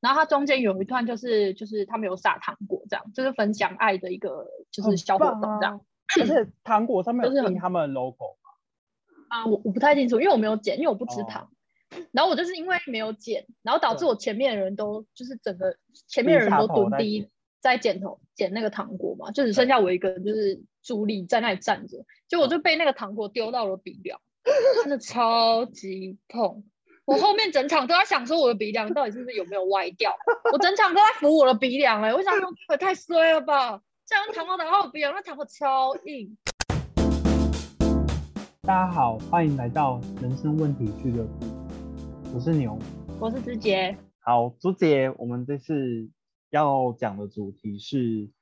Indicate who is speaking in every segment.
Speaker 1: 然后它中间有一段就是就是他们有撒糖果这样，就是分享爱的一个就是小活动这样。
Speaker 2: 啊而且糖果上面
Speaker 1: 就是
Speaker 2: 有
Speaker 1: 很
Speaker 2: 印他们的 logo，
Speaker 1: 啊，我我不太清楚，因为我没有剪，因为我不吃
Speaker 2: 哦
Speaker 1: 糖。 然后我就是因为没有剪，然后导致
Speaker 2: 对
Speaker 1: 我前面的人都就是整个前面的
Speaker 2: 低
Speaker 1: 人
Speaker 2: 下
Speaker 1: 都
Speaker 2: 头
Speaker 1: 蹲
Speaker 2: 在
Speaker 1: 低
Speaker 2: 剪
Speaker 1: 在剪头剪那个糖果嘛，就只
Speaker 2: 对哦
Speaker 1: 剩下我一个人就是助力在那里站着，结果我就被那个糖果丢到了鼻梁，真的超级痛。我后面整场都在想说我的鼻梁到底是不是有没有歪掉，我整场都在扶我的鼻梁哎、我想说这也太衰了吧，这样糖果打到我鼻梁，那糖果超硬。
Speaker 2: 大家好，欢迎来到人生问题俱乐部，我是牛。
Speaker 1: 我是直杰，
Speaker 2: 好，朱姐，我们这次要讲的主题是，因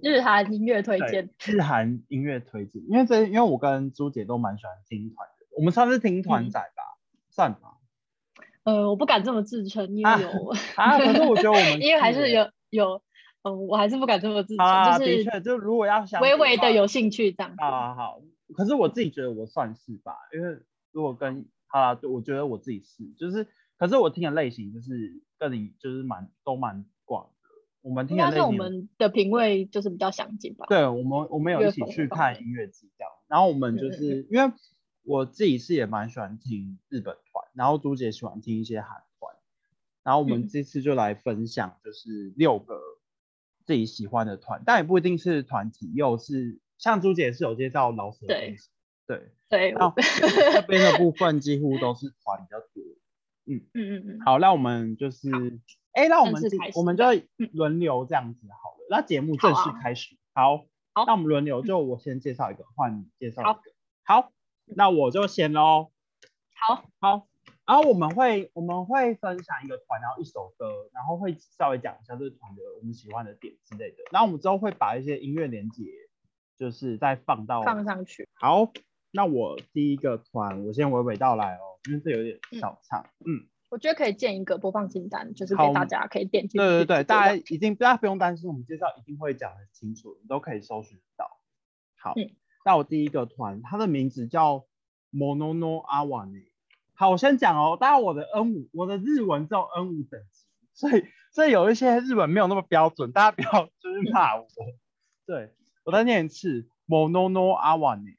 Speaker 2: 为
Speaker 1: 日韩音乐推荐。
Speaker 2: 日韩音乐推荐，因为这因为我跟朱姐都蛮喜欢听团的，我们上次听
Speaker 1: 嗯
Speaker 2: 团仔吧，算吧。
Speaker 1: 呃，我不敢这么自称，因
Speaker 2: 啊
Speaker 1: 为有，
Speaker 2: 啊，可是我觉得我们
Speaker 1: 因为还是
Speaker 2: 是
Speaker 1: 有有，嗯，我还是不敢这么自称，
Speaker 2: 啊，
Speaker 1: 就
Speaker 2: 的
Speaker 1: 是
Speaker 2: 确，就如果要想
Speaker 1: 微
Speaker 2: 比啊
Speaker 1: 微
Speaker 2: 话
Speaker 1: 的有兴趣这样子。
Speaker 2: 好好好，可是我自己觉得我算是吧，因为如果跟好啦，对我觉得我自己是，就是可是我听的类型就是跟你就是蛮都蛮广的，我们
Speaker 1: 应
Speaker 2: 听的
Speaker 1: 该
Speaker 2: 类
Speaker 1: 是我
Speaker 2: 型
Speaker 1: 们的品味就是比较相近吧。
Speaker 2: 对我们我们有
Speaker 1: 乐
Speaker 2: 一起
Speaker 1: 风
Speaker 2: 去
Speaker 1: 吧
Speaker 2: 看音乐季这样，然后我们就
Speaker 1: 嗯嗯
Speaker 2: 是、因为我自己是也蛮喜欢听日本团，然后朱姐喜欢听一些韩团，然后我
Speaker 1: 嗯
Speaker 2: 们这次就来分享就是六个自己喜欢的团，但也不一定是团体，又是像朱姐是有介绍老舍的
Speaker 1: 对
Speaker 2: 东西， 对，
Speaker 1: 对，
Speaker 2: 那
Speaker 1: 我
Speaker 2: 这边的部分几乎都是团比较多。
Speaker 1: 嗯嗯嗯，
Speaker 2: 好，那我们就是，哎、那我们
Speaker 1: 正式
Speaker 2: 自
Speaker 1: 开始嗯
Speaker 2: 我们就轮流这样子好了。那节目正式
Speaker 1: 好啊
Speaker 2: 开始，好，
Speaker 1: 好嗯
Speaker 2: 那我们轮流，就我先介绍一个，换你介绍
Speaker 1: 好
Speaker 2: 一个。好，那我就先喽。
Speaker 1: 好，
Speaker 2: 好，然后我们会我们会分享一个团，然后一首歌，然后会稍微讲一下这个团的我们喜欢的点之类的。然后我们之后会把一些音乐连接，就是再放到
Speaker 1: 放上去。
Speaker 2: 好，那我第一个团，我先娓娓道来哦，因为这有点小长。嗯，
Speaker 1: 我觉得可以建一个播放清单，就是
Speaker 2: 好
Speaker 1: 给大家可以点进去。
Speaker 2: 对对对，大
Speaker 1: 大
Speaker 2: 家
Speaker 1: 家
Speaker 2: 已经大家不用担心，我们介绍一定会讲得很清楚，你都可以搜寻得到。好，
Speaker 1: 嗯
Speaker 2: 那我第一个团，它的名字叫 Monono Awane。好，我先讲哦，当然我的 N 五，我的日文只有 N 五等级，所以所以有一些日文没有那么标准，大家不要
Speaker 1: 嗯
Speaker 2: 就是骂我。对，我再念一次 Monono Awane。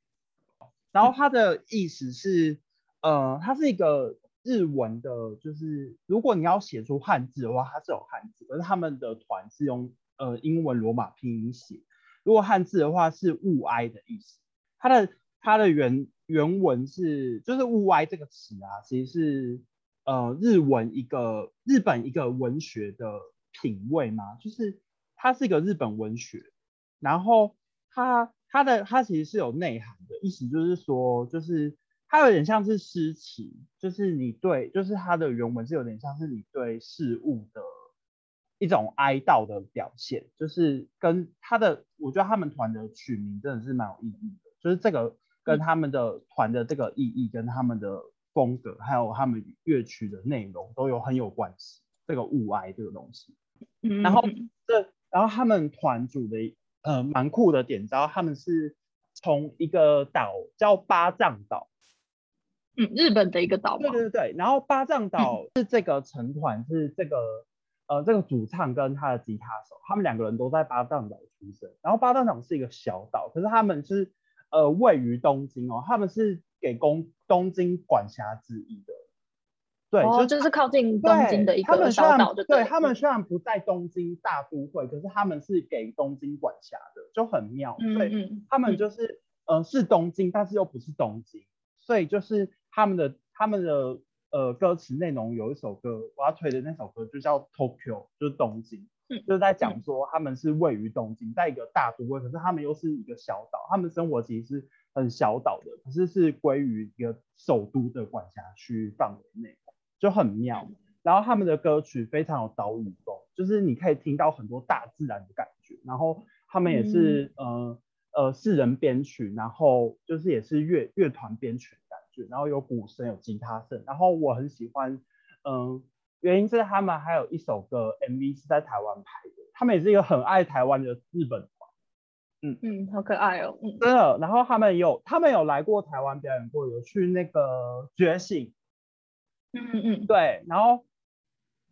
Speaker 2: 然后它的意思是，呃，它是一个日文的，就是如果你要写出汉字的话，它是有汉字，可是他们的团是用呃英文罗马拼音写。如果汉字的话是物哀的意思，它的它的原原文是就是物哀这个词啊，其实是呃日文一个日本一个文学的品味嘛，就是它是一个日本文学，然后它它的它其实是有内涵的，意思就是说，就是它有点像是诗情，就是你对，就是它的原文是有点像是你对事物的一种哀悼的表现，就是跟它的，我觉得他们团的取名真的是蛮有意义的，就是这个跟他们的团的这个意义跟他们的风格，还有他们乐曲的内容都有很有关系，这个物哀这个东西。
Speaker 1: 嗯，
Speaker 2: 然后
Speaker 1: 嗯嗯
Speaker 2: 这然后他们团组的呃蛮酷的点，然后他们是从一个岛叫八丈岛，
Speaker 1: 嗯，日本的一个岛
Speaker 2: 对
Speaker 1: 嘛，
Speaker 2: 对对对，然后八丈 岛是这个成团是这个呃这个主唱跟他的吉他手，他们两个人都在八丈岛出生，然后八丈岛是一个小岛，可是他们是呃位于东京哦，他们是给公东京管辖之一的，对，
Speaker 1: 哦，
Speaker 2: 就
Speaker 1: 就是靠近
Speaker 2: 对，
Speaker 1: 东京的一
Speaker 2: 他
Speaker 1: 个
Speaker 2: 们虽
Speaker 1: 小
Speaker 2: 然
Speaker 1: 岛，就
Speaker 2: 对
Speaker 1: 了
Speaker 2: 他们虽然不在东京大都会，可是他们是给东京管辖的，就很妙。
Speaker 1: 嗯
Speaker 2: 对，
Speaker 1: 嗯，
Speaker 2: 他们
Speaker 1: 嗯
Speaker 2: 就是、呃是东京，但是又不是东京，所以就是他们的他们的呃歌词内容有一首歌，我要推的那首歌就叫 Tokyo，就是东京。
Speaker 1: 嗯
Speaker 2: 就是在讲说他们是位于东京，在一个大都会，可是他们又是一个小岛，他们生活其实是很小岛的，可是是归于一个首都的管辖区范围内，就很妙。然后他们的歌曲非常有岛屿风，就是你可以听到很多大自然的感觉。然后他们也是、呃呃四人编曲，然后就是也是乐乐团编曲的感觉，然后有鼓声有吉他声。然后我很喜欢，嗯、原因是他们还有一首歌 MV 是在台湾拍的，他们也是一个很爱台湾的日本团
Speaker 1: 嗯，好可爱哦，嗯，
Speaker 2: 真的。然后他们有他们有来过台湾表演过，有去那个觉醒
Speaker 1: 嗯嗯，
Speaker 2: 对，然后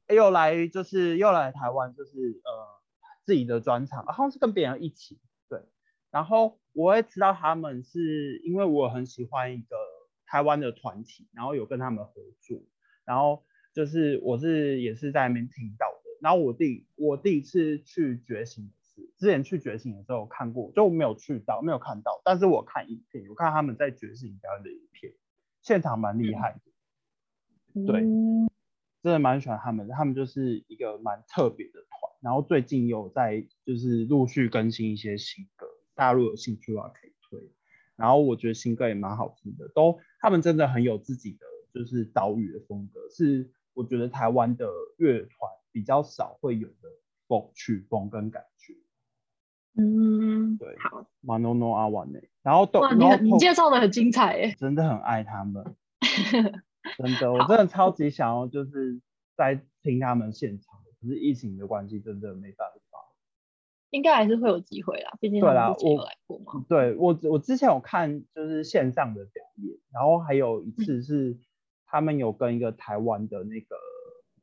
Speaker 2: 又来就是又来台湾，就是呃自己的专场，好像是跟别人一起对。然后我会知道他们是因为我很喜欢一个台湾的团体，然后有跟他们合作，然后就是我是也是在那边听到的。然后我第我第一次去觉醒的是，之前去觉醒的时候看过，就没有去到没有看到，但是我看影片，我看他们在觉醒表演的影片，现场蛮厉害的。对
Speaker 1: 嗯
Speaker 2: 真的蛮喜欢他们的，他们就是一个蛮特别的团。然后最近有在就是陆续更新一些新歌，大陆有兴趣的话可以推。然后我觉得新歌也蛮好听的，都他们真的很有自己的就是岛屿的风格，是我觉得台湾的乐团比较少会有的风曲风跟感觉。
Speaker 1: 嗯，
Speaker 2: 对
Speaker 1: 好，
Speaker 2: 马诺诺阿瓦内，然后都
Speaker 1: 哇，
Speaker 2: 然
Speaker 1: 你
Speaker 2: 后
Speaker 1: 很你
Speaker 2: 同
Speaker 1: 介绍的很精彩诶。
Speaker 2: 真的很爱他们，真的，我真的超级想要就是在听他们现场，可是疫情的关系，真的没办法。
Speaker 1: 应该还是会有机会啦，毕竟
Speaker 2: 对
Speaker 1: 他
Speaker 2: 啦
Speaker 1: 们之前有
Speaker 2: 我嗯
Speaker 1: 来过嘛。
Speaker 2: 对我，我之前有看就是线上的表演，然后还有一
Speaker 1: 嗯
Speaker 2: 次是他们有跟一个台湾的那个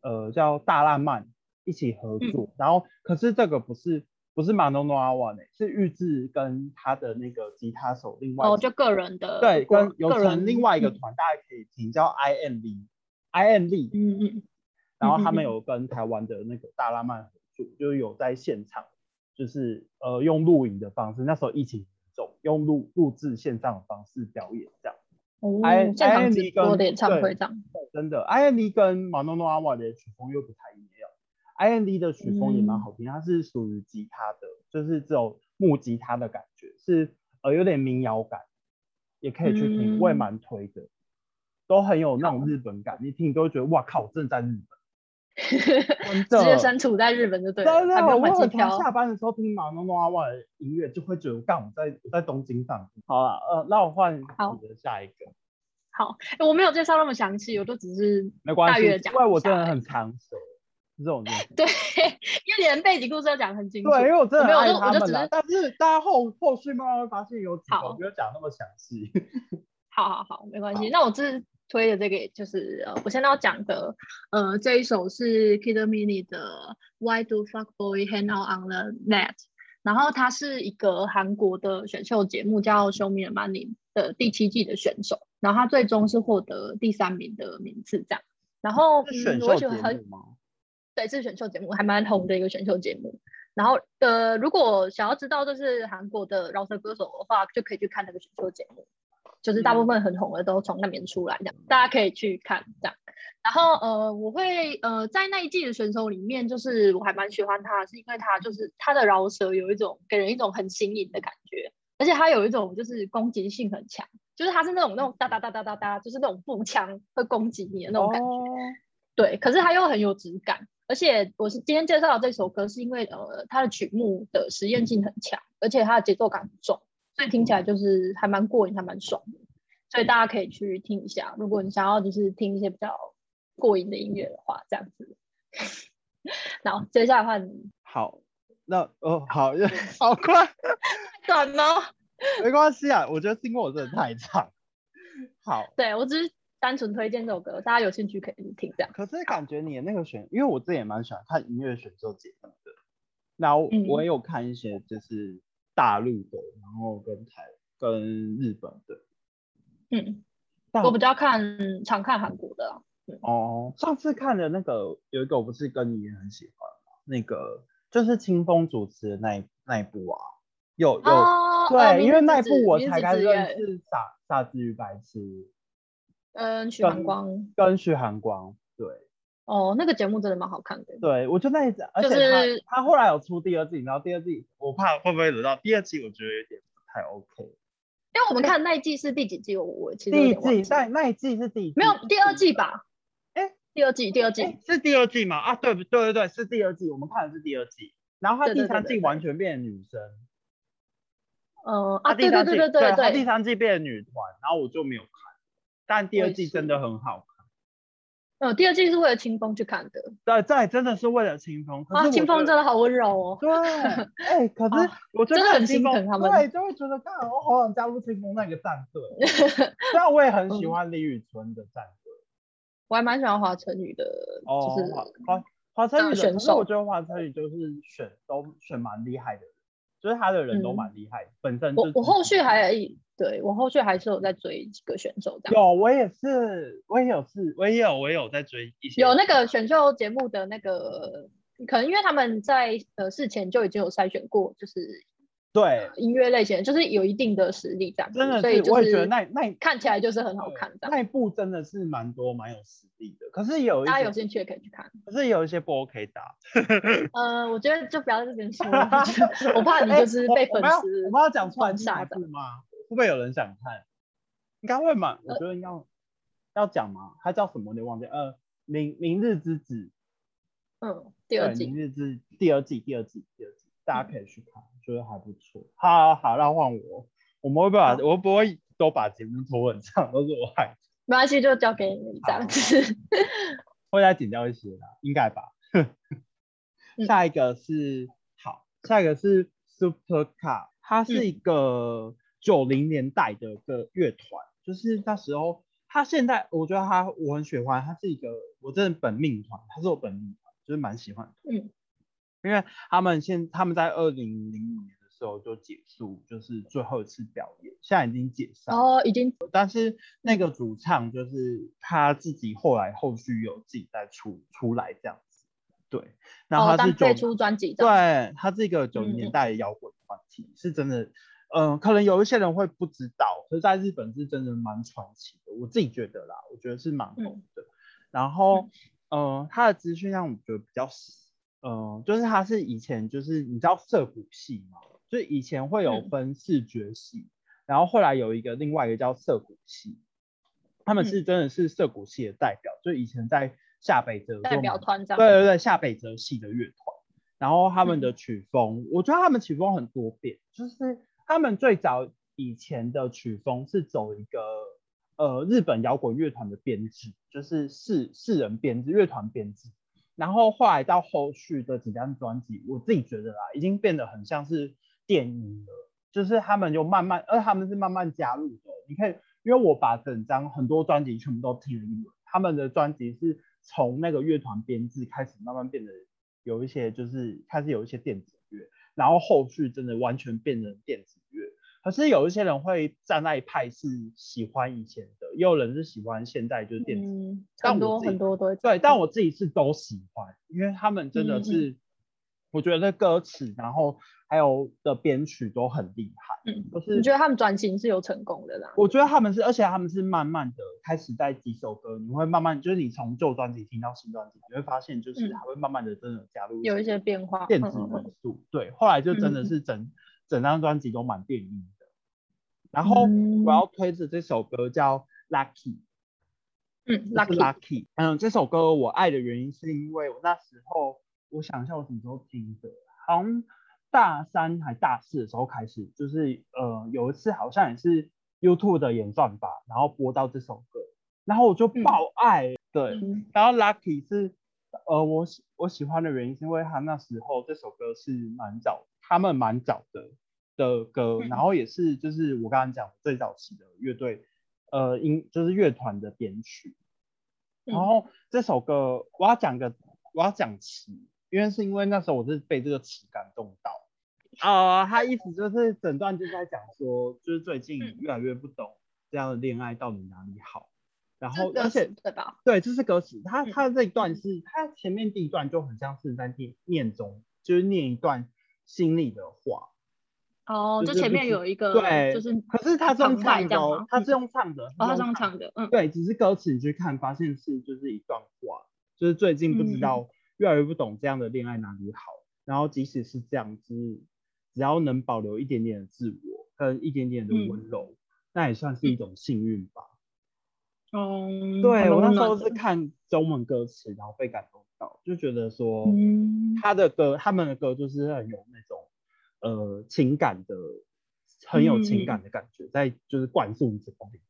Speaker 2: 呃叫大浪漫一起合
Speaker 1: 嗯
Speaker 2: 作，然后可是这个不是不是马诺诺阿瓦呢，是玉置跟他的那个吉他手另外
Speaker 1: 哦，
Speaker 2: 一
Speaker 1: 就个人的
Speaker 2: 对，
Speaker 1: 个
Speaker 2: 跟有
Speaker 1: 个人
Speaker 2: 成另外一个
Speaker 1: 嗯
Speaker 2: 团，大家可以听叫 I M V，I M V，
Speaker 1: 嗯嗯，
Speaker 2: 然后他
Speaker 1: 嗯
Speaker 2: 们
Speaker 1: 嗯嗯
Speaker 2: 有跟台湾的那个大浪漫合作，就是有在现场，就是呃用录影的方式，那时候疫情严重，用录录制线上的方式表演这样。
Speaker 1: 哦
Speaker 2: I-
Speaker 1: 现场
Speaker 2: IND
Speaker 1: 直播的
Speaker 2: 跟
Speaker 1: 演唱
Speaker 2: 对
Speaker 1: 会这样，
Speaker 2: 真的，I N D 跟马诺诺阿瓦的曲风又不太一样，I N D 的曲风也
Speaker 1: 嗯
Speaker 2: 蛮好听，它是属于吉他的，就是这种木吉他的感觉，是呃有点民谣感，也可以去听，我也
Speaker 1: 嗯
Speaker 2: 蛮推的，都很有那种
Speaker 1: 好
Speaker 2: 日本感，你听你都会觉得哇靠，我真的在 日
Speaker 1: 直
Speaker 2: 本，真
Speaker 1: 接
Speaker 2: 的。
Speaker 1: 身处在日本就对
Speaker 2: 真
Speaker 1: 了，还
Speaker 2: 的，
Speaker 1: 不
Speaker 2: 我
Speaker 1: 用买机
Speaker 2: 很常
Speaker 1: 票。
Speaker 2: 下班的时候听马诺诺阿瓦的啊音乐，就会觉得干我在我在东京上。好了，呃，那我换
Speaker 1: 好
Speaker 2: 你的下一个，
Speaker 1: 好，诶我没有介绍那么详细，我就只是
Speaker 2: 没关
Speaker 1: 大
Speaker 2: 系，
Speaker 1: 约
Speaker 2: 因
Speaker 1: 讲
Speaker 2: 为
Speaker 1: 一
Speaker 2: 我
Speaker 1: 下
Speaker 2: 真的
Speaker 1: 而已
Speaker 2: 很长舌，这种东西。
Speaker 1: 对，因为连背景故事都讲得很清楚。
Speaker 2: 对，因为我真的
Speaker 1: 没
Speaker 2: 很
Speaker 1: 有
Speaker 2: 爱
Speaker 1: 我就我
Speaker 2: 他
Speaker 1: 就
Speaker 2: 们
Speaker 1: 只
Speaker 2: 啦
Speaker 1: 是，
Speaker 2: 但是大家后后续慢慢会发现有几个
Speaker 1: 好
Speaker 2: 我没有讲那么详细。
Speaker 1: 好好好，没关系。那我这次推的这个也就是呃，我现在要讲的呃这一首是 Kid Mini 的 Why Do Fuck Boy Hang Out on the Net，然后他是一个韩国的选秀节目叫《Show Me the Money》的第七季的选手，然后他最终是获得第三名的名次这样。然后
Speaker 2: 是选
Speaker 1: 嗯
Speaker 2: 秀
Speaker 1: 我觉
Speaker 2: 节
Speaker 1: 得很
Speaker 2: 目吗？
Speaker 1: 对，是选秀节目，还蛮红的一个选秀节目。然后呃，如果想要知道就是韩国的饶舌歌手的话，就可以去看那个选秀节目，就是大部分很红的都从那边出来，这样大家可以去看这样。然后呃，我会呃在那一季的选手里面，就是我还蛮喜欢他，是因为他就是他的饶舌有一种给人一种很新颖的感觉，而且他有一种就是攻击性很强，就是他是那种那种哒哒哒哒哒哒，就是那种步枪会攻击你的那种感觉。
Speaker 2: 哦
Speaker 1: 对，可是它又很有质感，而且我是今天介绍的这首歌，是因为呃它的曲目的实验性很强，而且它的节奏感很重，所以听起来就是还蛮过瘾，还蛮爽的。所以大家可以去听一下，如果你想要就是听一些比较过瘾的音乐的话，这样子。 然后接下来换你，
Speaker 2: 好，那哦好， 好快，
Speaker 1: 太短吗？
Speaker 2: 没关系啊，我觉得是因为我真的太长。好，
Speaker 1: 对我只是单纯推荐这首歌，大家有兴趣可以去听这样。
Speaker 2: 可是感觉你的那个选，因为我自己也蛮喜欢看音乐选秀节目的，那我
Speaker 1: 嗯
Speaker 2: 我也有看一些就是大陆的，然后跟台跟日本的。
Speaker 1: 嗯，
Speaker 2: 但
Speaker 1: 我比较看常看韩国的啦。
Speaker 2: 哦，上次看的那个有一个我不是跟你也很喜欢吗？那个就是清风主持的那一那一部啊，有有、
Speaker 1: 哦，
Speaker 2: 对、
Speaker 1: 呃
Speaker 2: 因为那一
Speaker 1: 明日之
Speaker 2: 部我
Speaker 1: 明日
Speaker 2: 才
Speaker 1: 之
Speaker 2: 开始
Speaker 1: 子
Speaker 2: 认
Speaker 1: 也
Speaker 2: 识傻傻子与白痴
Speaker 1: 嗯，许
Speaker 2: 跟
Speaker 1: 寒光
Speaker 2: 跟徐寒光，对
Speaker 1: 哦，那个节目真的蛮好看的。
Speaker 2: 对，我就那一集，而且
Speaker 1: 就
Speaker 2: 他、
Speaker 1: 是
Speaker 2: 他后来有出第二季，然后第二季我怕会不会惹到第二季，我觉得有点不太 OK。
Speaker 1: 因为我们看那一季是第几季？我我其实有
Speaker 2: 第一
Speaker 1: 点忘
Speaker 2: 季
Speaker 1: 记
Speaker 2: 但那一季是第一季
Speaker 1: 没有第二季吧？
Speaker 2: 哎，
Speaker 1: 第二季，第二季，
Speaker 2: 诶是第二季吗？啊，对不对对对，是第二季，我们看的是第二季。然后他
Speaker 1: 对
Speaker 2: 第
Speaker 1: 对对
Speaker 2: 三
Speaker 1: 对
Speaker 2: 季
Speaker 1: 对
Speaker 2: 完全变女生，
Speaker 1: 嗯
Speaker 2: 他
Speaker 1: 啊，
Speaker 2: 第
Speaker 1: 对
Speaker 2: 三
Speaker 1: 对
Speaker 2: 季
Speaker 1: 对对对
Speaker 2: 他第
Speaker 1: 对，
Speaker 2: 三季变成女团，然后我就没有看，但第
Speaker 1: 我
Speaker 2: 二
Speaker 1: 也
Speaker 2: 季
Speaker 1: 是
Speaker 2: 真的很好
Speaker 1: 嗯，第二季是为了清风去看的
Speaker 2: 看。对，这真的是为了清风，哦可是
Speaker 1: 啊，
Speaker 2: 我
Speaker 1: 清风
Speaker 2: 觉
Speaker 1: 真
Speaker 2: 得
Speaker 1: 的好温柔哦。
Speaker 2: 对，哎、可是
Speaker 1: 啊
Speaker 2: 我觉得
Speaker 1: 真的很
Speaker 2: 清
Speaker 1: 心
Speaker 2: 风
Speaker 1: 疼他们
Speaker 2: 对，就会觉得，干，我好想加入清风那个战队。哦 虽然我也
Speaker 1: 嗯
Speaker 2: 很喜欢李宇春的战队，
Speaker 1: 我还蛮喜欢华晨宇的，
Speaker 2: 哦
Speaker 1: 就是，
Speaker 2: 华华华晨宇
Speaker 1: 大选
Speaker 2: 的，可是
Speaker 1: 手
Speaker 2: 我觉得华晨宇就是选都选蛮厉害的人，就是他的人都
Speaker 1: 嗯
Speaker 2: 蛮厉害，本身就
Speaker 1: 我
Speaker 2: 是
Speaker 1: 我后续还对我后续还是有在追几个选手这样。
Speaker 2: 有我也是，我也有是，我也有我也有在追一些
Speaker 1: 有那个选秀节目的那个，可能因为他们在呃事前就已经有筛选过，就是
Speaker 2: 对，
Speaker 1: 音乐类型，就是有一定的实力这样子，
Speaker 2: 真的
Speaker 1: 所以
Speaker 2: 是
Speaker 1: 就是
Speaker 2: 我也觉得那那
Speaker 1: 看起来就是很好看这样，
Speaker 2: 嗯那一部真的是蛮多蛮有实力的，可是有一
Speaker 1: 大家有
Speaker 2: 些
Speaker 1: 兴趣也可以去看。
Speaker 2: 可是有一些不 OK 的啊、
Speaker 1: 呃，我觉得就不要在这边 说了，我觉得 我怕你
Speaker 2: 哎
Speaker 1: 就是被
Speaker 2: 我我
Speaker 1: 粉
Speaker 2: 们要
Speaker 1: 丝
Speaker 2: 我们要讲出来
Speaker 1: 封
Speaker 2: 是
Speaker 1: 杀
Speaker 2: 哪
Speaker 1: 的
Speaker 2: 部吗？会不会有人想看？应该会嘛？我觉得要、要讲嘛，它叫什么？我有点忘记。呃，明明日之子，
Speaker 1: 嗯第
Speaker 2: 对，
Speaker 1: 二
Speaker 2: 明
Speaker 1: 季。嗯
Speaker 2: 日之第二季，第二季，第二季，大家可以去看，觉得还不错。好好，那换我，我们会不会把
Speaker 1: 好
Speaker 2: 我不会都把节目拖很长，都是我害的，
Speaker 1: 没关系，就交给你这样子。
Speaker 2: 会再剪掉一些啦，应该吧。
Speaker 1: 嗯
Speaker 2: 下一个是好，下一个是 Super Car，它是一个九零年代的一个乐团，就是那时候，它现在我觉得它我很喜欢，它是一个我真的本命团，它是我本命团，就是蛮喜欢的。
Speaker 1: 嗯，
Speaker 2: 因为他们现他们在二零零五年的时候就结束，就是最后一次表演，现在已经解
Speaker 1: 然
Speaker 2: 散了。
Speaker 1: 后已经
Speaker 2: 但是那个主唱就是他自己后来后续有自己再出出来这样子，对，然后
Speaker 1: 哦，
Speaker 2: 他
Speaker 1: 当
Speaker 2: 是九、
Speaker 1: 最出专辑这样子，
Speaker 2: 对，他这个九零
Speaker 1: 嗯
Speaker 2: 年
Speaker 1: 嗯
Speaker 2: 代的摇滚团体、是真的，嗯、可能有一些人会不知道，可是在日本是真的蛮传奇的，我自己觉得啦，我觉得是蛮红的。然后，嗯，他的资讯让我觉得比较，嗯，就是他是以前就是你知道社谷系吗？就以前会有
Speaker 1: 嗯
Speaker 2: 分视觉系，然后后来有一个另外一个叫涩谷系，他
Speaker 1: 嗯
Speaker 2: 们是真的是涩谷系的代表，就以前在下北泽
Speaker 1: 代
Speaker 2: 就
Speaker 1: 表
Speaker 2: 蛮
Speaker 1: 团这样。
Speaker 2: 对对对，下北泽系的乐团，然后他们的曲风，我觉得他们曲风很多变，就是他们最早以前的曲风是走一个呃日本摇滚乐团的编制，就是四四人编制，乐团编制。然后后来到后续的几张专辑，我自己觉得啦，已经变得很像是电影了，就是他们就慢慢，而他们是慢慢加入的。哦你可以，因为我把整张很多专辑全部都听了一轮，他们的专辑是从那个乐团编制开始慢慢变得有一些，就是开始有一些电子乐，然后后续真的完全变成电子乐。可是有一些人会站在一派是喜欢以前的，也有人是喜欢现在就是电子乐
Speaker 1: 嗯，
Speaker 2: 但
Speaker 1: 很
Speaker 2: 我
Speaker 1: 多
Speaker 2: 自己
Speaker 1: 很多都会
Speaker 2: 对，但我自己是都喜欢，因为他们真的是，我觉得歌词，然后还有的编曲都很厉害，
Speaker 1: 嗯
Speaker 2: 就
Speaker 1: 你
Speaker 2: 是
Speaker 1: 觉得他们转型是有成功的啦？
Speaker 2: 我觉得他们是，而且他们是慢慢的开始在几首歌，你会慢慢就是你从旧专辑听到新专辑，你会发现就是
Speaker 1: 嗯
Speaker 2: 还会慢慢的真的加入
Speaker 1: 有一些变化。
Speaker 2: 电子
Speaker 1: 嗯嗯嗯
Speaker 2: 元素，对，后来就真
Speaker 1: 嗯
Speaker 2: 的
Speaker 1: 嗯
Speaker 2: 是整、整张专辑都蛮电音的。然后
Speaker 1: 嗯
Speaker 2: 我要推的这首歌叫 Lucky，
Speaker 1: 嗯
Speaker 2: 就是
Speaker 1: Lucky
Speaker 2: Lucky。嗯，这首歌我爱的原因是因为我那时候，我想一下我什么时候听的，好像大三还大四的时候开始，就是呃有一次好像也是 YouTube 的演算法，然后播到这首歌，然后我就
Speaker 1: 嗯
Speaker 2: 爆爱，对，
Speaker 1: 嗯
Speaker 2: 然后 Lucky 是，呃，我喜我喜欢的原因是因为他那时候这首歌是蛮早，他们蛮早的的歌，
Speaker 1: 嗯
Speaker 2: 然后也是就是我刚刚讲最早期的乐队，呃，音就是乐团的编曲。然
Speaker 1: 嗯
Speaker 2: 后这首歌我要讲个，我要讲词，因为是因为那时候我是被这个词感动到。呃，他意思就是整段就在讲说，就是最近
Speaker 1: 嗯
Speaker 2: 越来越不懂这样的恋爱到底哪里好，然
Speaker 1: 这
Speaker 2: 后
Speaker 1: 个
Speaker 2: 而且
Speaker 1: 是对吧？
Speaker 2: 对，这是歌词。他
Speaker 1: 嗯
Speaker 2: 他这一段是，他前面第一段就很像是在念念中，就是念一段心里的话。
Speaker 1: 哦，
Speaker 2: 就
Speaker 1: 就是前
Speaker 2: 不
Speaker 1: 面
Speaker 2: 是
Speaker 1: 有一个，
Speaker 2: 对，
Speaker 1: 就是
Speaker 2: 可是他是用
Speaker 1: 旁白
Speaker 2: 唱
Speaker 1: 这
Speaker 2: 的
Speaker 1: 样
Speaker 2: 哦
Speaker 1: 吗，
Speaker 2: 他是用唱的，
Speaker 1: 哦，他这
Speaker 2: 用
Speaker 1: 样
Speaker 2: 唱
Speaker 1: 唱的，嗯，
Speaker 2: 对，只是歌词你去看，发现是就是一段话，就是最近
Speaker 1: 嗯
Speaker 2: 不知道，越来越不懂这样的恋爱哪里好。然后即使是这样子，只要能保留一点点的自我跟一点点的温柔，那也算是一种幸运吧。
Speaker 1: 嗯，
Speaker 2: 对
Speaker 1: 好
Speaker 2: 我那
Speaker 1: 温
Speaker 2: 时
Speaker 1: 暖
Speaker 2: 候
Speaker 1: 的
Speaker 2: 是，看中文歌词，然后被感动到，就觉得说，
Speaker 1: 嗯，
Speaker 2: 他的歌，他们的歌就是很有那种呃情感的，很有情
Speaker 1: 嗯
Speaker 2: 感的感觉，在就是灌输你这方面。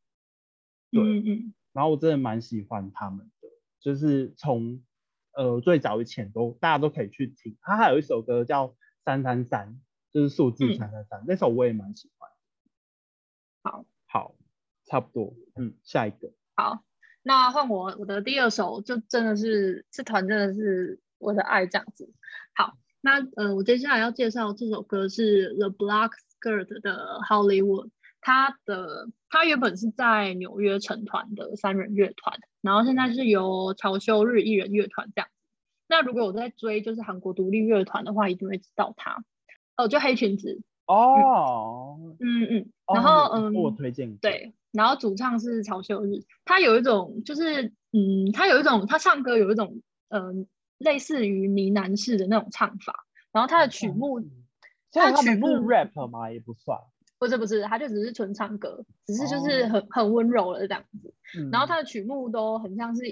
Speaker 2: 对
Speaker 1: 嗯嗯
Speaker 2: 然后我真的蛮喜欢他们的，就是从呃最早以前都大家都可以去听。他还有一首歌叫三三三，就是数字
Speaker 1: 嗯
Speaker 2: 三三三，那首我也蛮喜欢。
Speaker 1: 好，
Speaker 2: 好，差不多，嗯，下一个。
Speaker 1: 好，那换我，我的第二首就真的是这团真的是我的爱这样子。好，那呃，我接下来要介绍这首歌是 The Black Skirt 的 Hollywood。他的他原本是在纽约成团的三人乐团，然后现在是由乔修日一人乐团这样。那如果我在追就是韩国独立乐团的话，一定会知道他。哦，就黑裙子，
Speaker 2: 哦，
Speaker 1: 嗯嗯，
Speaker 2: 哦
Speaker 1: 然后
Speaker 2: 那个
Speaker 1: 嗯
Speaker 2: 我推荐过，
Speaker 1: 对，然后主唱是曹秀日，他有一种就是，嗯，他有一种他唱歌有一种，嗯、类似于呢喃式的那种唱法，然后他的曲目
Speaker 2: 虽
Speaker 1: 它
Speaker 2: 然哦他
Speaker 1: 曲
Speaker 2: 们是
Speaker 1: 目
Speaker 2: rap 嘛，也不算，
Speaker 1: 不是不是，他就只是纯唱歌，只是就是
Speaker 2: 哦嗯
Speaker 1: 很很温柔的这样子，然后
Speaker 2: 他
Speaker 1: 他的曲目都很像是，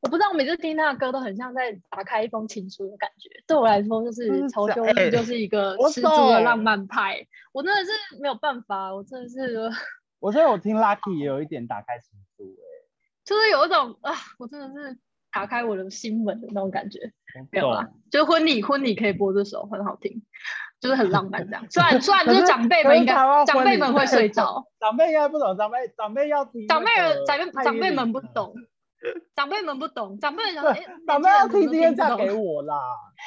Speaker 1: 我不知道，我每次听他的歌都很像在打开一封情书的感觉。对我来说，就
Speaker 2: 真的
Speaker 1: 是曹
Speaker 2: 假
Speaker 1: 修
Speaker 2: 哎
Speaker 1: 日就是一个
Speaker 2: 我
Speaker 1: 十足的
Speaker 2: 懂
Speaker 1: 浪漫派，我真的是没有办法，我真的是
Speaker 2: 我觉得我听 Lucky 也有一点打开情书欸
Speaker 1: 就是有一种啊，我真的是打开我的心门的那种感觉。
Speaker 2: 哎、
Speaker 1: 没
Speaker 2: 我
Speaker 1: 有啦
Speaker 2: 懂。，
Speaker 1: 就是婚礼婚礼可以播这首，很好听，就是很浪漫这样。虽 然虽然
Speaker 2: 可
Speaker 1: 就是是长辈
Speaker 2: 可
Speaker 1: 们
Speaker 2: 是
Speaker 1: 应该
Speaker 2: 台湾
Speaker 1: 长
Speaker 2: 婚
Speaker 1: 辈
Speaker 2: 礼
Speaker 1: 们会
Speaker 2: 太
Speaker 1: 睡
Speaker 2: 早
Speaker 1: 着，
Speaker 2: 长辈应该不懂，长辈长辈要听
Speaker 1: 长辈
Speaker 2: 那
Speaker 1: 人
Speaker 2: 个
Speaker 1: 长辈
Speaker 2: 蔡
Speaker 1: 长
Speaker 2: 依
Speaker 1: 辈
Speaker 2: 林
Speaker 1: 们不
Speaker 2: 的，
Speaker 1: 懂，长辈们不懂，长辈人想
Speaker 2: 对
Speaker 1: 哎，
Speaker 2: 长辈
Speaker 1: 年轻
Speaker 2: 要
Speaker 1: 人怎么都不
Speaker 2: 听今天嫁
Speaker 1: 懂
Speaker 2: 给我啦。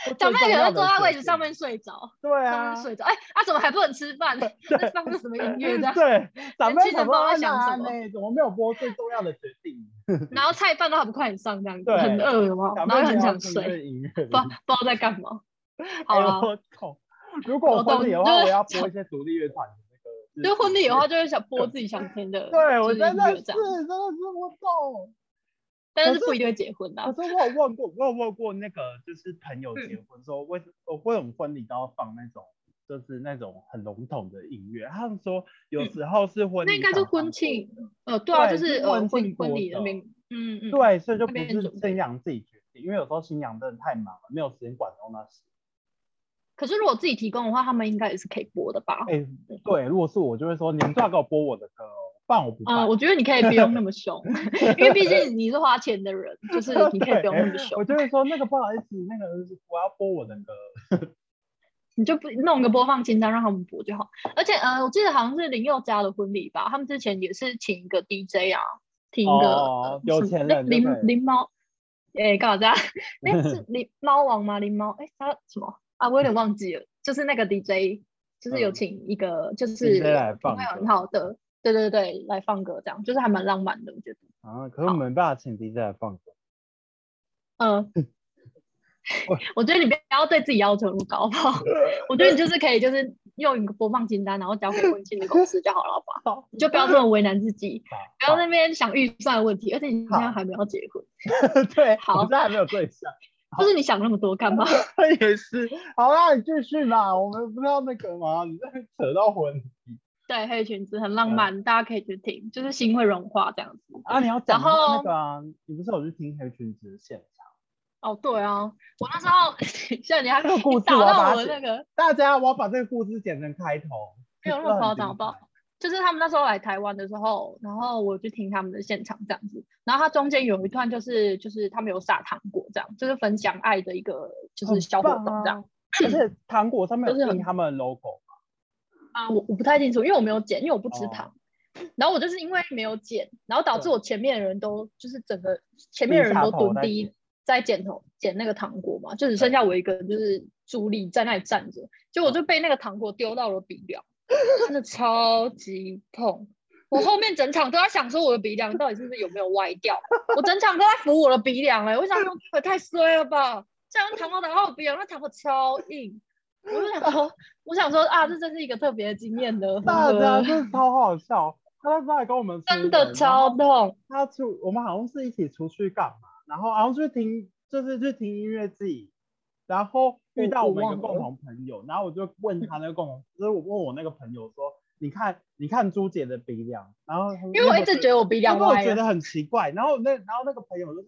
Speaker 2: 这
Speaker 1: 长辈
Speaker 2: 最
Speaker 1: 可能
Speaker 2: 重要的
Speaker 1: 坐在
Speaker 2: 决
Speaker 1: 位置上
Speaker 2: 定
Speaker 1: 面，睡着，
Speaker 2: 对
Speaker 1: 上
Speaker 2: 啊
Speaker 1: 面，睡着，哎，啊怎么还不能吃饭？ 在放的什么音乐这样？
Speaker 2: 对， 长辈
Speaker 1: 轻
Speaker 2: 想
Speaker 1: 人不知道
Speaker 2: 说
Speaker 1: 在
Speaker 2: 安娜
Speaker 1: 想什
Speaker 2: 安
Speaker 1: 么
Speaker 2: 呢，怎么没有播最重要的决定？
Speaker 1: 然后菜饭都还不快点上这样子，
Speaker 2: 对
Speaker 1: 很饿有没有？
Speaker 2: 长
Speaker 1: 哦然
Speaker 2: 辈
Speaker 1: 后又
Speaker 2: 没有
Speaker 1: 很想
Speaker 2: 听
Speaker 1: 睡，
Speaker 2: 这音乐
Speaker 1: 不知道不知道在干嘛。好
Speaker 2: 哎
Speaker 1: 了，
Speaker 2: 我懂。如果
Speaker 1: 我
Speaker 2: 我婚
Speaker 1: 懂
Speaker 2: 礼的
Speaker 1: 就
Speaker 2: 话，我
Speaker 1: 是
Speaker 2: 要播一些独立乐团的那个。
Speaker 1: 就婚礼的
Speaker 2: 话。
Speaker 1: 话，就会想播自己想听的，
Speaker 2: 对，
Speaker 1: 就
Speaker 2: 我
Speaker 1: 是
Speaker 2: 真
Speaker 1: 音
Speaker 2: 的
Speaker 1: 乐
Speaker 2: 是，
Speaker 1: 这
Speaker 2: 真
Speaker 1: 样
Speaker 2: 的是我懂。
Speaker 1: 但
Speaker 2: 可
Speaker 1: 是
Speaker 2: 是
Speaker 1: 不一定会结婚啊的
Speaker 2: 可。是我有问过，我有问过那个就是朋友
Speaker 1: 嗯
Speaker 2: 结婚说，为我为什么婚礼都要放那种就是那种很笼统的音乐？他们说有时候是婚
Speaker 1: 嗯
Speaker 2: 礼、
Speaker 1: 那应该是婚。庆，呃，对啊，
Speaker 2: 对
Speaker 1: 就是是呃
Speaker 2: 婚
Speaker 1: 婚
Speaker 2: 庆
Speaker 1: 婚
Speaker 2: 国
Speaker 1: 礼那
Speaker 2: 的
Speaker 1: 边，嗯嗯，
Speaker 2: 对，所以就
Speaker 1: 那
Speaker 2: 不
Speaker 1: 边
Speaker 2: 是
Speaker 1: 准备
Speaker 2: 新娘自己决定，因为有时候新娘真的太忙了，没有时间管到那些。
Speaker 1: 可是如果自己提供的话，他们应该也是可以播的吧？
Speaker 2: 哎、对，如果是我就会说，你们最好给我播我的歌哦，不然我不办。
Speaker 1: 嗯，我觉得你可以不用那么 凶，因为毕竟你是花钱的人，就是你可以不用那么
Speaker 2: 我
Speaker 1: 凶，
Speaker 2: 就会说那个不好意思，那个我要播我的歌。
Speaker 1: 你就不弄个播放清单让他们播就好。而且呃，我记得好像是林宥嘉的婚礼吧，他们之前也是请一个 DJ 啊，请一个、
Speaker 2: 哦
Speaker 1: 呃
Speaker 2: 有
Speaker 1: 什么
Speaker 2: 钱
Speaker 1: 那
Speaker 2: 人就
Speaker 1: 林
Speaker 2: 对了
Speaker 1: 林猫，哎、干嘛这样？ 哎、 是林猫王吗？林猫？哎、他什么啊？我有点忘记了，就是那个 DJ，就是有
Speaker 2: 嗯
Speaker 1: 请一个、就是
Speaker 2: DJ 来
Speaker 1: 品
Speaker 2: 放
Speaker 1: 味很
Speaker 2: 歌
Speaker 1: 好的，对对对，来放歌这样，就是还蛮浪漫的，我觉得。
Speaker 2: 啊，可是我们没办法请 DJ 来放歌。
Speaker 1: 嗯
Speaker 2: 我，
Speaker 1: 我觉得你不要对自己要求那么高，好不 好？我觉得你就是可以，就是用一个播放清单，然后交给婚庆的公司就好了，好不好？
Speaker 2: 好，
Speaker 1: 你就不要这么为难自己，
Speaker 2: 不
Speaker 1: 不要在那边想预算的问题，而且你现在还没有结婚，
Speaker 2: 对，我
Speaker 1: 好
Speaker 2: 现在还没有对象，
Speaker 1: 就是你想那么多干嘛？
Speaker 2: 也是。好啦，你继续啦，我们不是要那个吗？你在扯到婚礼
Speaker 1: 对，黑裙子很
Speaker 2: 嗯
Speaker 1: 浪漫，大家可以去听，就是心会融化这样子。
Speaker 2: 啊，你要讲一下
Speaker 1: 然后
Speaker 2: 那个啊，你不是有去听黑裙子的现场？
Speaker 1: 哦，对啊，我那时候 像你还
Speaker 2: 这个故
Speaker 1: 你
Speaker 2: 事
Speaker 1: 打
Speaker 2: 我要
Speaker 1: 到
Speaker 2: 把它
Speaker 1: 我的
Speaker 2: 写
Speaker 1: 那个，
Speaker 2: 大家，我要把这个故事剪成开头，
Speaker 1: 没有那
Speaker 2: 真
Speaker 1: 么
Speaker 2: 的
Speaker 1: 夸
Speaker 2: 很
Speaker 1: 张，好
Speaker 2: 精
Speaker 1: 不好
Speaker 2: 彩？
Speaker 1: 就是他们那时候来台湾的时候，然后我去听他们的现场这样子，然后他中间有一段就是就是他们有撒糖果这样，就是分享爱的一个就是
Speaker 2: 很
Speaker 1: 小活
Speaker 2: 棒
Speaker 1: 动这样。
Speaker 2: 啊而且糖果上面
Speaker 1: 就是
Speaker 2: 有
Speaker 1: 很
Speaker 2: 印他们的 logo 嘛
Speaker 1: 啊、我我不太清楚，因为我没有剪，因为我不吃
Speaker 2: 哦
Speaker 1: 糖。然后我就是因为没有剪，然后导致
Speaker 2: 对
Speaker 1: 我前面的人都就是整个前
Speaker 2: 低
Speaker 1: 面的人
Speaker 2: 下
Speaker 1: 都
Speaker 2: 头
Speaker 1: 蹲
Speaker 2: 在
Speaker 1: 低
Speaker 2: 剪
Speaker 1: 在剪头剪那个糖果嘛，就只
Speaker 2: 对
Speaker 1: 剩下我一个人就是助力在那里站着，结
Speaker 2: 嗯
Speaker 1: 果我就被那个糖果丢到了鼻梁，真的超级痛。我后面整场都在想说我的鼻梁到底是不是有没有歪掉，我整场都在扶我的鼻梁哎、欸，我想说这也太衰了吧，这样糖果打到我鼻梁，那糖果超硬。我就想说，我想说啊，这真是一个特别的经验的，呵
Speaker 2: 大家
Speaker 1: 呵
Speaker 2: 真的超好笑。他那时候还跟我们出
Speaker 1: 真
Speaker 2: 门
Speaker 1: 的超痛。
Speaker 2: 他出我们好像是一起出去干嘛，然后好像去听就是去听音乐季，然后遇
Speaker 1: 我
Speaker 2: 到
Speaker 1: 我
Speaker 2: 我们一个
Speaker 1: 忘了
Speaker 2: 共同朋友，然后我就问他那个共同，就是我问我那个朋友说，你看你看朱姐的鼻梁，然后
Speaker 1: 因为我一直觉
Speaker 2: 得
Speaker 1: 得我鼻梁
Speaker 2: 我
Speaker 1: 歪
Speaker 2: 觉
Speaker 1: 了，
Speaker 2: 得很奇怪，然后那然后那个朋友就说，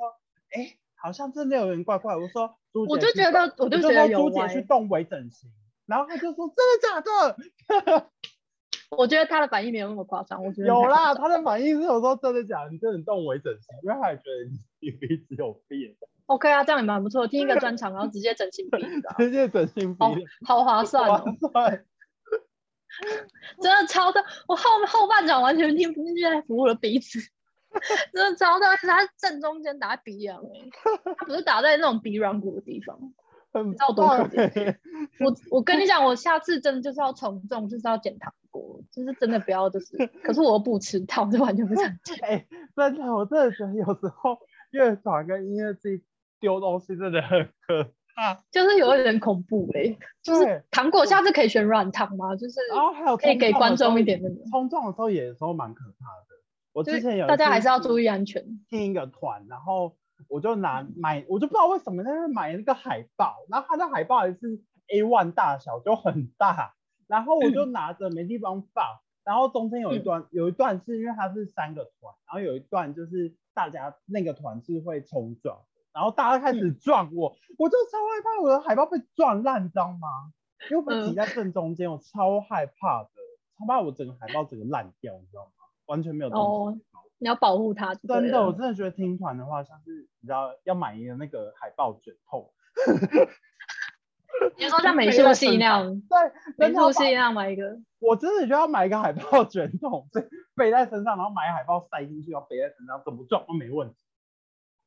Speaker 2: 哎，好像真的有点怪怪，我说朱姐
Speaker 1: 我就
Speaker 2: 去
Speaker 1: 觉
Speaker 2: 动，
Speaker 1: 得，我
Speaker 2: 我
Speaker 1: 就觉
Speaker 2: 就
Speaker 1: 得
Speaker 2: 说
Speaker 1: 有
Speaker 2: 朱姐去
Speaker 1: 歪。
Speaker 2: 动微整形，然后他就说 真的假的，
Speaker 1: 我觉得他的反应没有那么夸张，我觉得
Speaker 2: 有
Speaker 1: 太夸
Speaker 2: 啦，
Speaker 1: 张
Speaker 2: 他的反应是有说真的假的，你真的动微整形，因为他也觉得你鼻子有病。
Speaker 1: OK 啊，这样也蛮不错。听一个专场，然后直接整形鼻子啊，
Speaker 2: 直接整性鼻
Speaker 1: 哦
Speaker 2: 梁，
Speaker 1: 好划算
Speaker 2: 哇
Speaker 1: 哦，
Speaker 2: 塞
Speaker 1: 真的超痛。我后后半场完全听不进去在服务的鼻子， 真的超大，而且它是正中间打在鼻梁哎、它不是打在那种鼻软骨的地方。
Speaker 2: 很
Speaker 1: 知道我多
Speaker 2: 棒
Speaker 1: 可怜
Speaker 2: 欸
Speaker 1: 我我跟你讲，我下次真的就是要从众，就是要减糖果，就是真的不要就是，可是我又不吃糖，就完全不想吃。
Speaker 2: 哎、真的，我真的觉得有时候乐团跟音乐剧丢东西真的很可怕。
Speaker 1: 就是有一点恐怖哎、就是
Speaker 2: 对哦
Speaker 1: 糖果下次可以选软糖吗？就是
Speaker 2: 然后还有
Speaker 1: 可以
Speaker 2: 冲
Speaker 1: 给
Speaker 2: 撞的
Speaker 1: 观
Speaker 2: 时候
Speaker 1: 众一
Speaker 2: 也
Speaker 1: 点那个，
Speaker 2: 冲撞的时候也有时候蛮可怕的。我
Speaker 1: 就
Speaker 2: 之前
Speaker 1: 是
Speaker 2: 有
Speaker 1: 大家还是要
Speaker 2: 意
Speaker 1: 注意安全。
Speaker 2: 听一个团，然后我就拿
Speaker 1: 嗯
Speaker 2: 买，我就不知道为什么在那买那个海报，然后它的海报也是 A one 大小，就很大，然后我就拿着没地方放，然后中间有一
Speaker 1: 嗯
Speaker 2: 段、有一段是因为它是三个团，然后有一段就是大家那个团是会冲撞的，然后大家开
Speaker 1: 嗯
Speaker 2: 始撞我，我就超害怕我的海报被撞烂，你知道吗？因为我被
Speaker 1: 嗯
Speaker 2: 挤在正中间，我超害怕的，超怕我整个海报整个烂掉，你知道吗？完全没有东西。
Speaker 1: 哦你要保护它就对了，啊
Speaker 2: 真的，我真的觉得听团的话，像是你知道要买一个那个海报卷筒，
Speaker 1: 你说像美术系那样，
Speaker 2: 对，
Speaker 1: 美
Speaker 2: 真的要
Speaker 1: 术
Speaker 2: 买
Speaker 1: 系那样买一个，
Speaker 2: 我真的就要买一个海报卷筒， 所以背在身上，然后买海报塞进去，然后背在身上，怎么撞都没问题。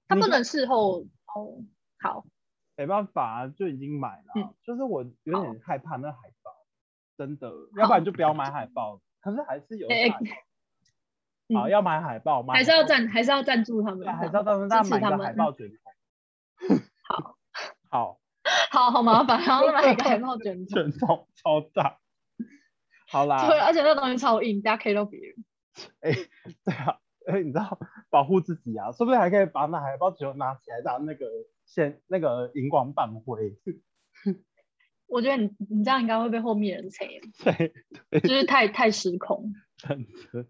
Speaker 1: 它
Speaker 2: 你
Speaker 1: 不
Speaker 2: 就
Speaker 1: 能事后哦。好，
Speaker 2: 没办法、啊，就已经买了啊、
Speaker 1: 嗯
Speaker 2: 就是我有点害怕那海报，真的，要不然就不要买海报。可是还是有
Speaker 1: 哎
Speaker 2: 人
Speaker 1: 哎
Speaker 2: 买
Speaker 1: 嗯
Speaker 2: 好、要买海报，买
Speaker 1: 还是要
Speaker 2: 海报
Speaker 1: 赞，还是要赞助他们
Speaker 2: 对，，啊还是要到
Speaker 1: 支
Speaker 2: 那
Speaker 1: 持
Speaker 2: 买一
Speaker 1: 他
Speaker 2: 个
Speaker 1: 们嗯
Speaker 2: 海报卷筒。
Speaker 1: 好，
Speaker 2: 好，
Speaker 1: 好好麻烦，然后再买一个 海报卷筒。
Speaker 2: 卷筒超 大。好啦，
Speaker 1: 对，而且那东西超硬，大家 K 到别人。
Speaker 2: 对啊，哎，你知道保护自己啊，说不定还可以把那海报只有拿起来当那个线那个荧光棒灰。
Speaker 1: 我觉得你你这样应该会被后面人 催，
Speaker 2: 对，
Speaker 1: 就是太太失控。
Speaker 2: 真的。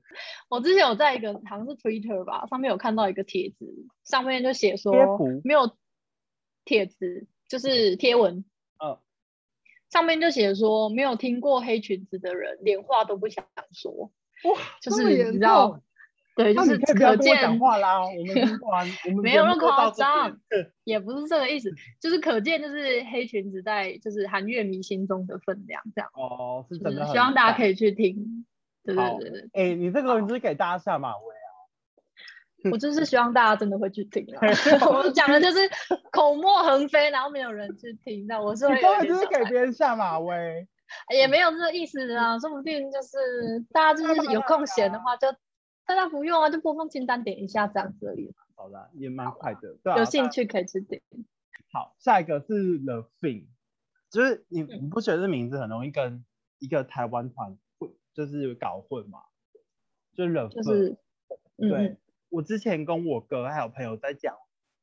Speaker 1: 我之前有在一个好像是 Twitter 吧，上面有看到一个帖子，上面就写说
Speaker 2: 贴图
Speaker 1: 没有帖子，就是贴文，
Speaker 2: 嗯，
Speaker 1: 上面就写说没有听过黑裙子的人连话都不想说，
Speaker 2: 哇，
Speaker 1: 就
Speaker 2: 这么
Speaker 1: 是
Speaker 2: 严
Speaker 1: 你知道
Speaker 2: 重，
Speaker 1: 对，就
Speaker 2: 那
Speaker 1: 是
Speaker 2: 你可以不要
Speaker 1: 可
Speaker 2: 跟我
Speaker 1: 见
Speaker 2: 讲话啦，我们已经 过完，我们
Speaker 1: 没有
Speaker 2: 节
Speaker 1: 那
Speaker 2: 目
Speaker 1: 么
Speaker 2: 就
Speaker 1: 夸
Speaker 2: 到这边
Speaker 1: 张。也不是这个意
Speaker 2: 嗯
Speaker 1: 思，就是可见就是黑裙子在就是韩乐迷心中的分量，这样，
Speaker 2: 哦，是
Speaker 1: 就
Speaker 2: 真
Speaker 1: 是
Speaker 2: 的。
Speaker 1: 希望大家可
Speaker 2: 以。
Speaker 1: 以去听。对
Speaker 2: 好
Speaker 1: 对对 对，
Speaker 2: 哎，你这个东西给大家下马威啊！
Speaker 1: 我就是希望大家真的会去听 啊。我讲的就是口沫横飞，然后没有人去听，那我是会
Speaker 2: 你根
Speaker 1: 有
Speaker 2: 本
Speaker 1: 点
Speaker 2: 就是
Speaker 1: 小
Speaker 2: 给
Speaker 1: 害
Speaker 2: 别人下马威。
Speaker 1: 怕也没有这个意思啊，说不定就是大家就是有空闲的话就。大家不用啊，就播放清单点一下这样子而已。
Speaker 2: 好啦，也蛮快的，对啊。
Speaker 1: 有
Speaker 2: 大
Speaker 1: 兴
Speaker 2: 家
Speaker 1: 趣可以去听。
Speaker 2: 好，下一个是 The Thing，就是你
Speaker 1: 嗯
Speaker 2: 你不觉得这名字很容易跟一个台湾团混，就是搞混嘛？就是 The
Speaker 1: 就
Speaker 2: Thing
Speaker 1: 是，嗯，
Speaker 2: 对、
Speaker 1: 嗯
Speaker 2: 我之前跟我哥还有朋友在讲，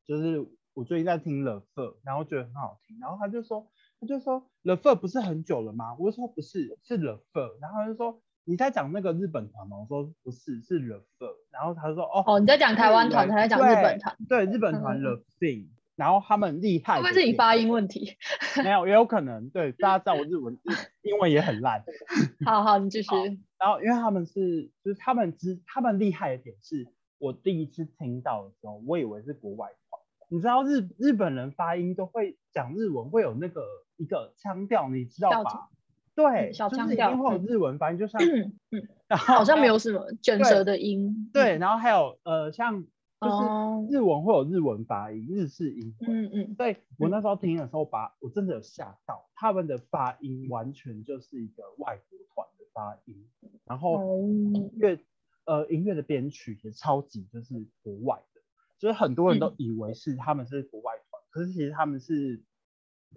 Speaker 2: 就是我最近在听 The Thing，然后觉得很好听，然后他就说他就说 The Thing 不是很久了吗？我就说不是，是 The Thing，然后他就说你在讲那个日本团吗？我说不是，是 The Thing，然后他就说哦
Speaker 1: 哦，你在讲台湾团，
Speaker 2: 对
Speaker 1: 他在讲日本团，
Speaker 2: 对，日本团
Speaker 1: 嗯
Speaker 2: The Thing，、然后他们厉害
Speaker 1: 会
Speaker 2: 的
Speaker 1: 不
Speaker 2: 点，
Speaker 1: 会是你发音问题？
Speaker 2: 没有，也有可能。对，大家知道我日文、 英文也很烂。
Speaker 1: 好好，你继续。
Speaker 2: 好然后，因为他们是，就是他们之他们厉害的点是，我第一次听到的时候，我以为是国外话。你知道日日本人发音都会讲日文，会有那个一个腔调，你知道
Speaker 1: 小
Speaker 2: 吧？对，
Speaker 1: 嗯小
Speaker 2: 就是
Speaker 1: 腔
Speaker 2: 一
Speaker 1: 调
Speaker 2: 定会有
Speaker 1: 嗯
Speaker 2: 日文发音，就 像， 然后
Speaker 1: 好像
Speaker 2: 还
Speaker 1: 没有什么卷舌的音。
Speaker 2: 对，，然后还有呃，像
Speaker 1: 哦
Speaker 2: 就是日文会有日文发音，日式音会。
Speaker 1: 嗯嗯，
Speaker 2: 对我
Speaker 1: 嗯
Speaker 2: 那时候听的时候把，我真的有吓到，他们的发音完全就是一个外国团的发音，然后
Speaker 1: 哦
Speaker 2: 音，乐、呃音乐的编曲也超级就是国外的，就是很
Speaker 1: 嗯
Speaker 2: 多人都以为是他们是国外团，可是其实他们是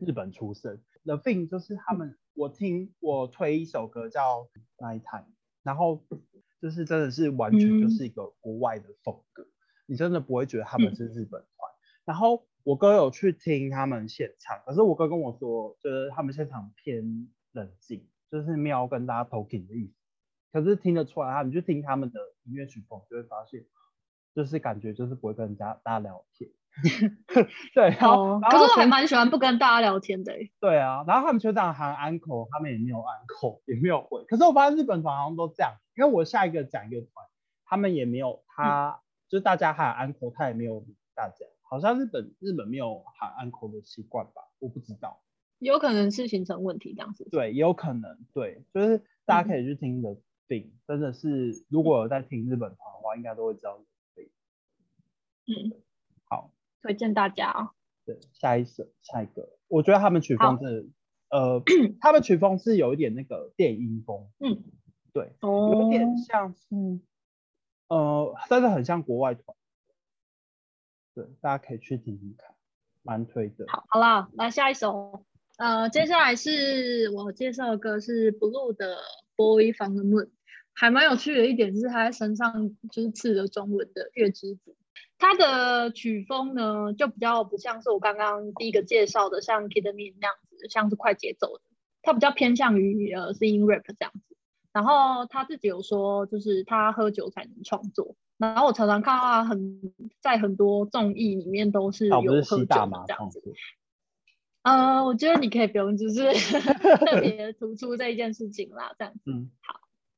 Speaker 2: 日本出身。The Thing 就是他
Speaker 1: 嗯
Speaker 2: 们，我听我推一首歌叫《Night Time》，然后就是真的是完全就
Speaker 1: 嗯
Speaker 2: 是一个国外的风格，你真的不会觉得他们
Speaker 1: 嗯
Speaker 2: 是日本团。然后我哥有去听他们现场，可是我哥跟我说，就是他们现场偏冷静，就是没有跟大家 talking 的意思。可是听得出来，他们就听他们的音乐曲风，就会发现，就是感觉就是不会跟人家大家聊天。 对，然后、
Speaker 1: 哦
Speaker 2: 然
Speaker 1: 可
Speaker 2: 后
Speaker 1: 是我还
Speaker 2: 全
Speaker 1: 蛮喜欢不跟大家聊天的欸。
Speaker 2: 对啊，然后他们学长喊安 n 他们也没有安 n 也没有回。可是我发现日本团好像都这样，因为我下一个讲一个团，他们也没有他，就是大家喊安 n 他也没有理大家，好像日本日本没有喊安 n 的习惯吧，我不知道。
Speaker 1: 有可能是形成问题这样子。
Speaker 2: 对，也有可能，对，就是大家可以去听的病，真的是如果有在听日本团的话，应该都会知道的病。
Speaker 1: 嗯，
Speaker 2: 好，
Speaker 1: 推荐大家啊。
Speaker 2: 对，下一首，下一个，我觉得他们曲风
Speaker 1: 好
Speaker 2: 是，呃， 他们曲风是有一点那个电音风，
Speaker 1: 嗯，
Speaker 2: 对，
Speaker 1: 哦，
Speaker 2: 有点像是，呃，但是很像国外团，对，大家可以去听听看，蛮推的。
Speaker 1: 好好啦，来下一首。呃，接下来是我介绍的歌是 Blue 的《Boy from the Moon》，还蛮有趣的一点是他在身上就是刺了中文的月之子。他的曲风呢，就比较不像是我刚刚第一个介绍的像 Kid m e 那样子，像是快节奏的，他比较偏向于呃 sing rap 这样子。然后他自己有说，就是他喝酒才能创作。然后我常常看到他很在很多综艺里面都是
Speaker 2: 那
Speaker 1: 有
Speaker 2: 我
Speaker 1: 喝
Speaker 2: 不是
Speaker 1: 酒
Speaker 2: 吸
Speaker 1: 的
Speaker 2: 大麻
Speaker 1: 这样
Speaker 2: 创
Speaker 1: 子
Speaker 2: 作，
Speaker 1: 呃，我觉得你可以不用，就是 特别突出这一件事情啦，这样子。
Speaker 2: 嗯，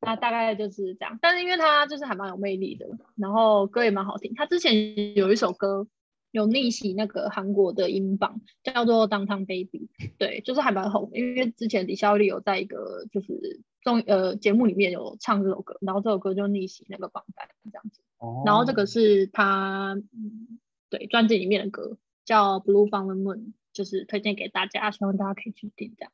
Speaker 1: 那大概就是这样，但是因为他就是还蛮有魅力的，然后歌也蛮好听。他之前有一首歌有逆袭那个韩国的音榜，叫做《当当 Baby》，对，就是还蛮红的。因为之前李孝利有在一个就是综呃节目里面有唱这首歌，然后这首歌就逆袭那个榜单这样子。
Speaker 2: 哦，
Speaker 1: 然后这个是他嗯对专辑里面的歌，叫《Blue from the Moon》，就是推荐给大家，希望大家可以去听这样。